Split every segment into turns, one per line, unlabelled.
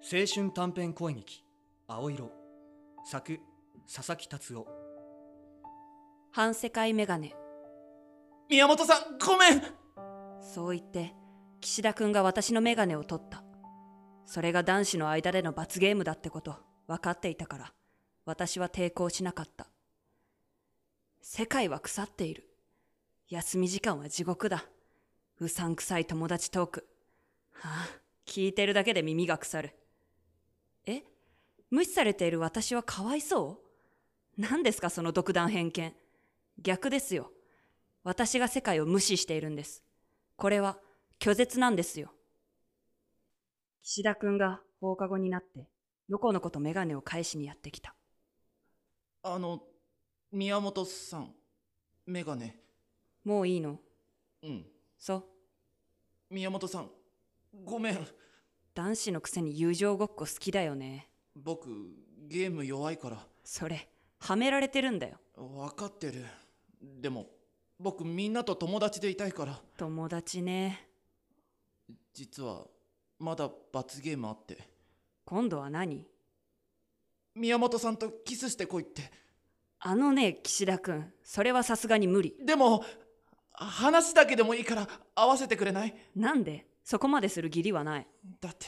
青春短編恋劇「青色」作佐々木達夫
反世界メガネ
宮本さんごめん
そう言って岸田君が私のメガネを取ったそれが男子の間での罰ゲームだってこと分かっていたから私は抵抗しなかった世界は腐っている休み時間は地獄だうさんくさい友達トークはあ聞いてるだけで耳が腐るえ無視されている私はかわいそう何ですかその独断偏見逆ですよ私が世界を無視しているんですこれは拒絶なんですよ岸田君が放課後になってのこのことメガネを返しにやってきた
あの宮本さんメガネ
もういいの
うん
そう
宮本さんごめん
男子のくせに友情ごっこ好きだよね
僕ゲーム弱いから
それはめられてるんだよ
分かってるでも僕みんなと友達でいたいから
友達ね
実はまだ罰ゲームあって
今度は何
宮本さんとキスしてこいって
あのね岸田君それはさすがに無理
でも話だけでもいいから合わせてくれない
なんでそこまでする義理はない
だって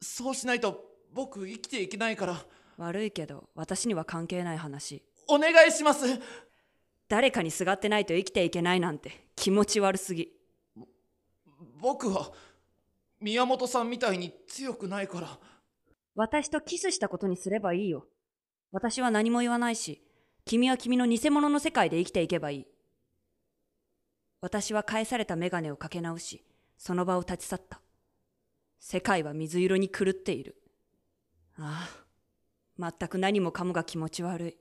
そうしないと僕生きていけないから
悪いけど私には関係ない話
お願いします
誰かにすがってないと生きていけないなんて気持ち悪すぎ
僕は宮本さんみたいに強くないから
私とキスしたことにすればいいよ私は何も言わないし君は君の偽物の世界で生きていけばいい私は返された眼鏡をかけ直しその場を立ち去った世界は水色に狂っているああ全く何もかもが気持ち悪い